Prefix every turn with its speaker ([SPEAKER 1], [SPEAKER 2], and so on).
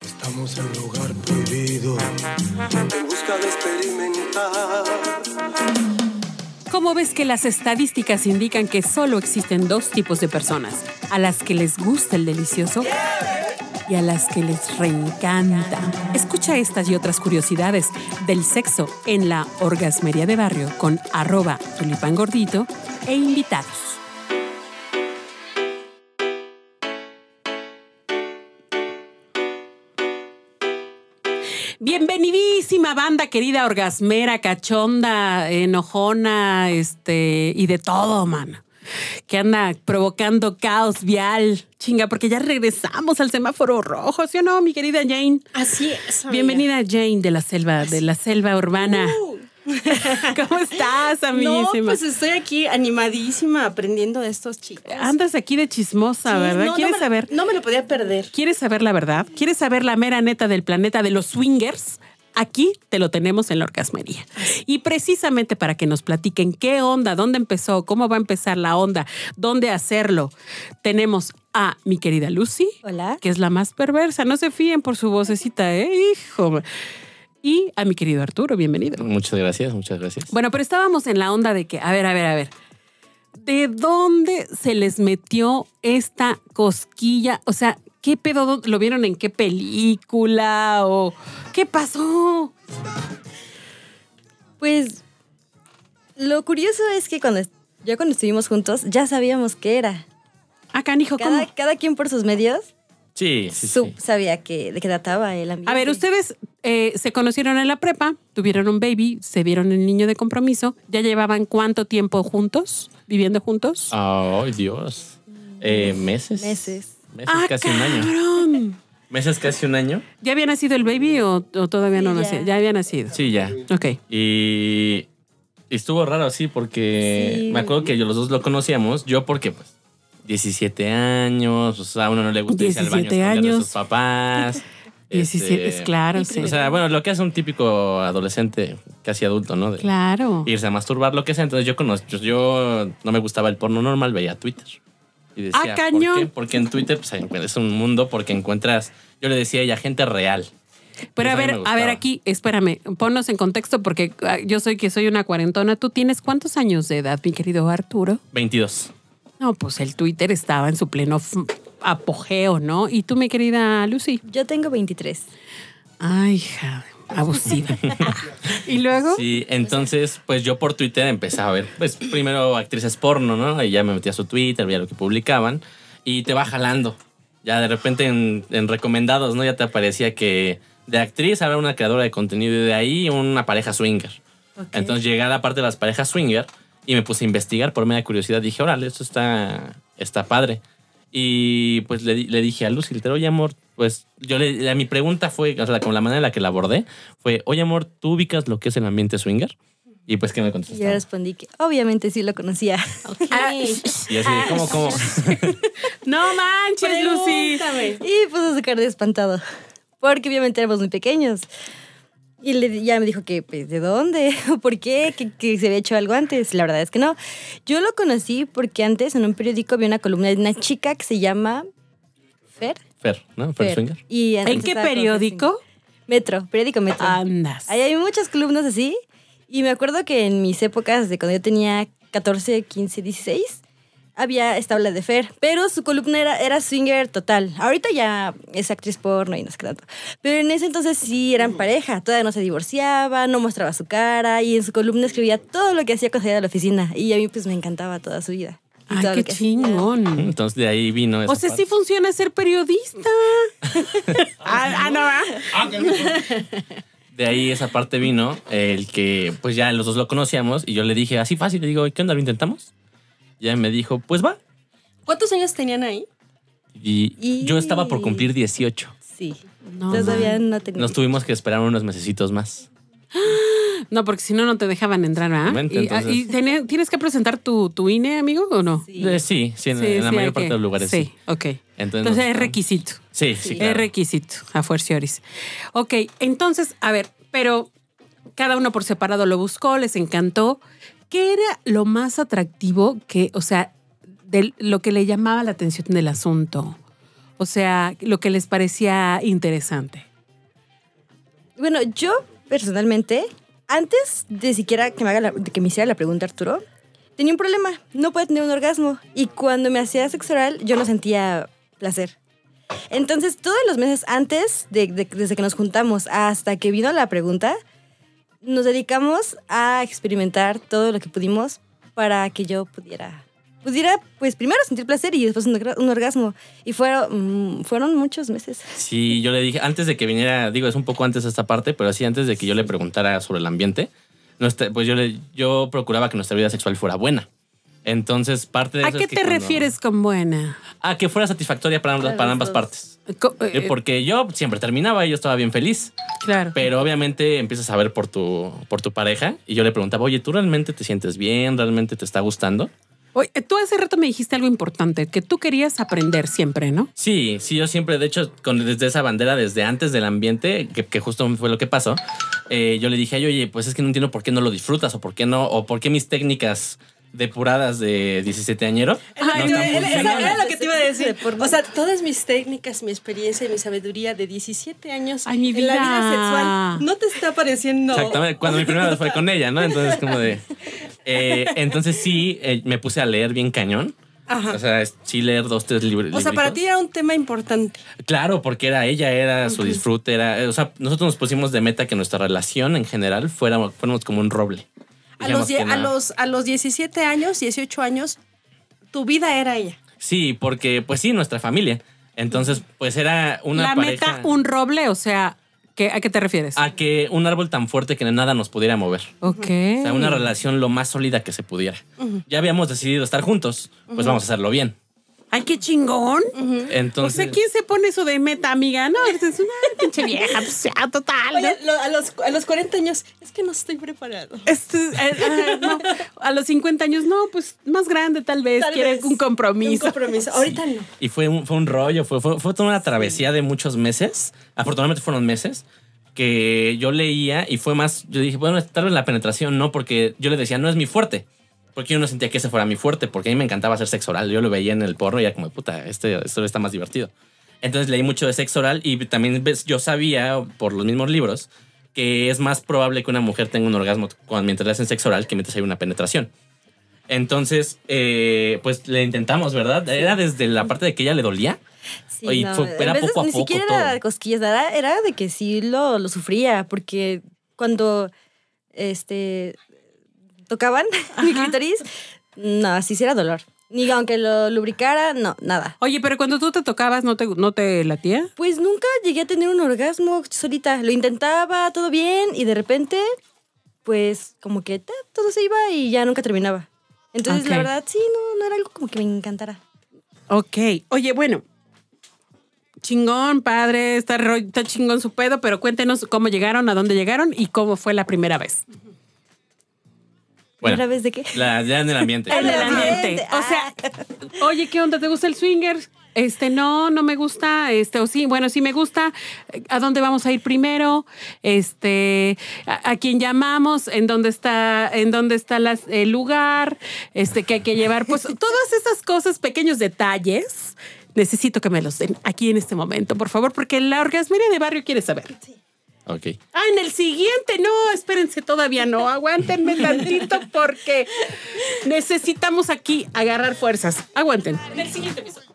[SPEAKER 1] Estamos en lugar prohibido, en busca de experimentar.
[SPEAKER 2] ¿Cómo ves que las estadísticas indican que solo existen dos tipos de personas? A las que les gusta el delicioso y a las que les reencanta. Escucha estas y otras curiosidades del sexo en la Orgasmería de Barrio con arroba tulipangordito e invitados. Bienvenidísima banda querida orgasmera, cachonda, enojona, este, y de todo, man. Que anda provocando caos vial. Chinga, porque ya regresamos al semáforo rojo, ¿sí o no, mi querida Jane?
[SPEAKER 3] Así es. amiga.
[SPEAKER 2] Bienvenida Jane de la selva, de la selva urbana.
[SPEAKER 3] Uh.
[SPEAKER 2] ¿Cómo estás, amiguísima?
[SPEAKER 3] No, pues estoy aquí animadísima aprendiendo de estos chicos.
[SPEAKER 4] Ah,
[SPEAKER 2] Andas aquí de chismosa,
[SPEAKER 4] pues,
[SPEAKER 3] Sí,
[SPEAKER 2] ¿verdad?
[SPEAKER 3] no, no
[SPEAKER 2] ¿Quieres
[SPEAKER 3] me-
[SPEAKER 2] saber?
[SPEAKER 3] No me lo podía perder.
[SPEAKER 2] ¿Quieres saber la verdad? ¿Quieres saber la mera neta del planeta de los swingers? Aquí te lo tenemos en la orgasmería. Y precisamente para que nos platiquen qué onda, dónde empezó, cómo va a empezar la onda, dónde hacerlo, tenemos a mi querida Lucy,
[SPEAKER 4] Hola.
[SPEAKER 2] que es la más perversa. No se fíen por su vocecita, ¿eh? Hijo. Y a mi querido Arturo, bienvenido.
[SPEAKER 5] Muchas gracias, muchas gracias.
[SPEAKER 2] Bueno, pero estábamos en la onda de que, a ver, a ver, a ver. ¿De dónde se les metió esta cosquilla? O sea, ¿qué pedo? ¿Dó- ¿Lo vieron en qué película? ¿O qué pasó?
[SPEAKER 4] Pues lo curioso es que cuando est- ya cuando estuvimos juntos ya sabíamos qué era.
[SPEAKER 2] Ah, canijo, ¿cómo?
[SPEAKER 4] Cada, cada quien por sus medios
[SPEAKER 5] sí, sí,
[SPEAKER 4] su-
[SPEAKER 5] sí.
[SPEAKER 4] sabía que, de qué trataba el ambiente.
[SPEAKER 2] A ver, ustedes eh, se conocieron en la prepa, tuvieron un baby, se vieron el niño de compromiso. ¿Ya llevaban cuánto tiempo juntos? ¿Viviendo juntos?
[SPEAKER 5] Ay, Dios. Eh, ¿Meses?
[SPEAKER 4] Meses.
[SPEAKER 5] Meses, casi un año.
[SPEAKER 2] Ah, cabrón.
[SPEAKER 5] ¿Meses, casi un año?
[SPEAKER 2] ¿Ya había nacido el baby o, o todavía no
[SPEAKER 4] Sí, ya.
[SPEAKER 2] nacía? Ya. había nacido.
[SPEAKER 5] Sí, ya.
[SPEAKER 2] Ok.
[SPEAKER 5] Y, y estuvo raro así porque
[SPEAKER 4] Sí.
[SPEAKER 5] me acuerdo que yo- los dos lo conocíamos. Yo porque, pues, 17 años, o sea, a uno no le gusta irse al baño a
[SPEAKER 2] 17
[SPEAKER 5] esconderle a
[SPEAKER 2] años.
[SPEAKER 5] sus papás.
[SPEAKER 2] 17, es
[SPEAKER 5] Este,
[SPEAKER 2] claro, sí.
[SPEAKER 5] O sea, bueno, lo que hace un típico adolescente, casi adulto, ¿no? De
[SPEAKER 2] Claro.
[SPEAKER 5] irse a masturbar, lo que sea. Entonces yo conozco, yo, yo no me gustaba el porno normal, veía Twitter. Y decía,
[SPEAKER 2] Ah,
[SPEAKER 5] ¿por
[SPEAKER 2] cañón.
[SPEAKER 5] qué? Porque en Twitter pues, es un mundo porque encuentras, yo le decía a ella, gente real.
[SPEAKER 2] Pero a
[SPEAKER 5] Eso a mí
[SPEAKER 2] ver,
[SPEAKER 5] me
[SPEAKER 2] a ver
[SPEAKER 5] gustaba.
[SPEAKER 2] aquí, espérame, ponnos en contexto porque ah, yo soy que soy una cuarentona. ¿Tú tienes cuántos años de edad, mi querido Arturo?
[SPEAKER 5] 22.
[SPEAKER 2] No, pues el Twitter estaba en su pleno f- apogeo, ¿no? Y tú, mi querida Lucy.
[SPEAKER 4] Yo tengo 23.
[SPEAKER 2] Ay, hija, abusiva. ¿Y luego?
[SPEAKER 5] Sí, entonces pues yo por Twitter empezaba a ver, pues primero actrices porno, ¿no? Y ya me metía a su Twitter, veía lo que publicaban y te va jalando. Ya de repente en, en recomendados, ¿no? Ya te aparecía que de actriz habrá una creadora de contenido y de ahí una pareja swinger. Entonces llegué a la parte de las parejas swinger y me puse a investigar por media curiosidad. Dije, órale, esto está, está padre. Y pues le, di- le dije a Lucy, literal, oye amor, pues yo le, la- mi pregunta fue, o sea, como la manera en la que la abordé, fue, oye amor, ¿tú ubicas lo que es el ambiente swinger? Y pues que me
[SPEAKER 4] Y yo
[SPEAKER 5] contestaste.
[SPEAKER 4] respondí que obviamente sí lo conocía.
[SPEAKER 2] Ah,
[SPEAKER 5] Y así, de, ¿cómo, cómo?
[SPEAKER 2] no manches, Pues, Lucy.
[SPEAKER 3] Pregúntame.
[SPEAKER 4] y puso su cara de espantado. Porque obviamente éramos muy pequeños. Y le, di- ya me dijo que, pues, ¿de dónde? ¿Por qué? ¿Que, que se había hecho algo antes? La verdad es que no. Yo lo conocí porque antes en un periódico había una columna de una chica que se llama Fer.
[SPEAKER 5] Fer, ¿no? Fer, swinger.
[SPEAKER 4] Y antes
[SPEAKER 2] ¿En qué
[SPEAKER 4] estaba con
[SPEAKER 2] periódico?
[SPEAKER 4] Fer. Metro, periódico Metro.
[SPEAKER 2] Andas.
[SPEAKER 4] Ahí hay muchas columnas así. Y me acuerdo que en mis épocas de cuando yo tenía 14, 15, 16, había esta habla de Fer. Pero su columna era, era swinger total. Ahorita ya es actriz porno y no sé qué tanto. Pero en ese entonces sí eran pareja. Todavía no se divorciaba, no mostraba su cara. Y en su columna escribía todo lo que hacía cuando salía de la oficina. Y a mí pues me encantaba toda su vida. y todo
[SPEAKER 2] Ay,
[SPEAKER 4] lo
[SPEAKER 2] qué
[SPEAKER 4] que hacía.
[SPEAKER 2] chingón.
[SPEAKER 5] Entonces de ahí vino esa
[SPEAKER 2] O sea,
[SPEAKER 5] parte.
[SPEAKER 2] sí funciona ser periodista. ah, ah, no, ¿verdad?
[SPEAKER 5] De ahí esa parte vino el que pues ya los dos lo conocíamos y yo le dije así fácil, le digo, ¿qué onda? ¿Lo intentamos? Y ella me dijo, pues va.
[SPEAKER 3] ¿Cuántos años tenían ahí?
[SPEAKER 5] Y,
[SPEAKER 4] Y-
[SPEAKER 5] yo estaba por cumplir 18.
[SPEAKER 4] Sí.
[SPEAKER 2] No,
[SPEAKER 4] Entonces, todavía
[SPEAKER 2] man.
[SPEAKER 4] no tenía.
[SPEAKER 5] Nos tuvimos que esperar unos mesecitos más.
[SPEAKER 2] No, porque si no, no te dejaban entrar, ¿verdad?
[SPEAKER 5] Exactamente,
[SPEAKER 2] Y, ah,
[SPEAKER 5] entonces.
[SPEAKER 2] y tené- tienes que presentar tu, tu INE, amigo, o no?
[SPEAKER 4] Sí.
[SPEAKER 5] Eh, Sí, sí, en,
[SPEAKER 2] Sí,
[SPEAKER 5] en la
[SPEAKER 2] sí,
[SPEAKER 5] mayor
[SPEAKER 2] hay
[SPEAKER 5] parte
[SPEAKER 2] que-
[SPEAKER 5] de los lugares.
[SPEAKER 2] Sí,
[SPEAKER 5] Sí,
[SPEAKER 2] ok. Entonces,
[SPEAKER 5] Entonces,
[SPEAKER 2] es requisito.
[SPEAKER 5] sí, sí,
[SPEAKER 2] Es
[SPEAKER 5] claro.
[SPEAKER 2] requisito, a fuercioris. Ok, entonces, a ver, pero cada uno por separado lo buscó, les encantó. ¿Qué era lo más atractivo que, o sea, de lo que le llamaba la atención del asunto? O sea, lo que les parecía interesante.
[SPEAKER 4] Bueno, yo personalmente, antes de siquiera que me, haga la- de que me hiciera la pregunta Arturo, tenía un problema. No podía tener un orgasmo. Y cuando me hacía sexo oral, yo no sentía placer. Entonces, todos los meses antes, de- de- desde que nos juntamos hasta que vino la pregunta, nos dedicamos a experimentar todo lo que pudimos para que yo pudiera, pudiera pues primero sentir placer y después un, orga- un orgasmo. Y fueron, mm, fueron muchos meses.
[SPEAKER 5] Sí, yo le dije, antes de que viniera, digo, es un poco antes esta parte, pero así antes de que yo le preguntara sobre el ambiente, nuestra- pues yo, le, yo procuraba que nuestra vida sexual fuera buena. Entonces, parte de
[SPEAKER 2] ¿A
[SPEAKER 5] eso
[SPEAKER 2] qué
[SPEAKER 5] es que
[SPEAKER 2] te
[SPEAKER 5] cuando-
[SPEAKER 2] refieres con buena?
[SPEAKER 5] A que fuera satisfactoria para, ambas-
[SPEAKER 4] Para
[SPEAKER 5] para
[SPEAKER 4] los
[SPEAKER 5] ambas
[SPEAKER 4] dos.
[SPEAKER 5] partes.
[SPEAKER 2] Co-
[SPEAKER 5] Eh,
[SPEAKER 2] eh,
[SPEAKER 5] Porque yo siempre terminaba y yo estaba bien feliz.
[SPEAKER 2] claro.
[SPEAKER 5] Pero obviamente empiezas a ver por tu, por tu pareja y yo le preguntaba, oye, ¿tú realmente te sientes bien? ¿Realmente te está gustando?
[SPEAKER 2] Oye, tú hace rato me dijiste algo importante, que tú querías aprender siempre, ¿no?
[SPEAKER 5] Sí, sí, yo siempre, de hecho, con, desde esa bandera, desde antes del ambiente, que, que justo fue lo que pasó, eh, yo le dije, "Ay, oye, pues es que no entiendo por qué no lo disfrutas o por qué no, o por qué mis técnicas depuradas de 17 añero.
[SPEAKER 3] Era
[SPEAKER 5] no
[SPEAKER 3] lo que
[SPEAKER 5] están
[SPEAKER 3] te- era- era-
[SPEAKER 5] funcionando".
[SPEAKER 3] era lo que te iba a decir.
[SPEAKER 4] De por
[SPEAKER 3] O sea, todas mis técnicas, mi experiencia y mi sabiduría de 17 años
[SPEAKER 2] Ay, mi
[SPEAKER 3] en la vida
[SPEAKER 2] vida.
[SPEAKER 3] sexual no te está pareciendo.
[SPEAKER 5] Exactamente, cuando mi primera vez fue con ella, ¿no? Entonces, como de. eh, entonces, sí, eh, me puse a leer bien cañón.
[SPEAKER 3] Ajá.
[SPEAKER 5] O sea, es- sí, leer dos, tres libros.
[SPEAKER 3] O sea, para ti era un tema importante.
[SPEAKER 5] Claro, porque era ella, era su disfrute, era. eh, O sea, nosotros nos pusimos de meta que nuestra relación en general fuéramos, fuéramos como un roble.
[SPEAKER 3] A
[SPEAKER 5] Dijimos
[SPEAKER 3] los, die-
[SPEAKER 5] que
[SPEAKER 3] a,
[SPEAKER 5] no.
[SPEAKER 3] los, a los 17 años, 18 años, tu vida era ella.
[SPEAKER 5] Sí, porque, pues sí, nuestra familia. Entonces, pues era una
[SPEAKER 2] la
[SPEAKER 5] pareja Ah,
[SPEAKER 2] meta, un roble, o sea, ¿qué- ¿a qué te refieres?
[SPEAKER 5] a que un árbol tan fuerte que nada nos pudiera mover.
[SPEAKER 2] ok.
[SPEAKER 5] O sea, una
[SPEAKER 3] Mm.
[SPEAKER 5] relación lo más sólida que se pudiera. Ya habíamos decidido estar juntos, pues vamos a hacerlo bien.
[SPEAKER 2] Ay, qué chingón. O
[SPEAKER 5] Entonces,
[SPEAKER 2] sea, ¿quién se pone eso de meta, amiga? No, es una pinche vieja, pues ya, total. ¿no?
[SPEAKER 3] Oye, lo- a, los, a los 40 años, es que no estoy preparado.
[SPEAKER 2] Este, eh, ah, no, a los 50 años, no, pues más grande tal vez,
[SPEAKER 3] Tal
[SPEAKER 2] quiere
[SPEAKER 3] vez.
[SPEAKER 2] un compromiso.
[SPEAKER 3] Un compromiso. Ahorita no.
[SPEAKER 5] y fue un, fue un rollo, fue, fue, fue toda una travesía de muchos meses. Afortunadamente fueron meses que yo leía y fue más, yo dije, bueno, tal vez la penetración no, porque yo le decía, no es mi fuerte. Porque yo no sentía que ese fuera mi fuerte, porque a mí me encantaba hacer sexo oral. Yo lo veía en el porno y era como, puta, este, esto está más divertido. Entonces leí mucho de sexo oral y también ves, yo sabía por los mismos libros que es más probable que una mujer tenga un orgasmo cuando, mientras le hacen sexo oral que mientras hay una penetración. Entonces, eh, pues le intentamos, ¿verdad? Era desde la parte de que ella le dolía.
[SPEAKER 4] Sí,
[SPEAKER 5] Oye, fue- era
[SPEAKER 4] a veces
[SPEAKER 5] poco a
[SPEAKER 4] ni
[SPEAKER 5] poco
[SPEAKER 4] siquiera
[SPEAKER 5] todo.
[SPEAKER 4] era cosquillas, era, era de que sí lo, lo sufría, porque cuando este tocaban mi clitoris, no, así sí era dolor. Ni aunque lo lubricara, no, nada.
[SPEAKER 2] Oye, pero cuando tú te tocabas, ¿no te, no te latía?
[SPEAKER 4] Pues nunca llegué a tener un orgasmo solita. Lo intentaba, todo bien, y de repente, pues como que ta, todo se iba y ya nunca terminaba. Entonces, la
[SPEAKER 2] Ok.
[SPEAKER 4] verdad, sí, no, no era algo como que me encantara.
[SPEAKER 2] Ok. Oye, bueno. Chingón, padre, está, ro- está chingón su pedo, pero cuéntenos cómo llegaron, a dónde llegaron y cómo fue la primera vez.
[SPEAKER 5] Bueno,
[SPEAKER 4] ¿Primera vez de qué?
[SPEAKER 5] la- ya en el ambiente.
[SPEAKER 2] En el ambiente.
[SPEAKER 4] ambiente.
[SPEAKER 2] O sea, oye, ¿qué onda? ¿Te gusta el swinger? Este, no, no me gusta. Este, o sí, bueno, sí me gusta. ¿A dónde vamos a ir primero? Este, ¿a, a quién llamamos? ¿En dónde está, en dónde está las- el lugar? Este, que hay que llevar. Pues todas esas cosas, pequeños detalles. Necesito que me los den aquí en este momento, por favor, porque la orgasmería de barrio quiere saber.
[SPEAKER 5] Ok.
[SPEAKER 2] Ah, en el siguiente, no, espérense, todavía no, aguántenme tantito porque necesitamos aquí agarrar fuerzas. Aguanten. En el siguiente episodio.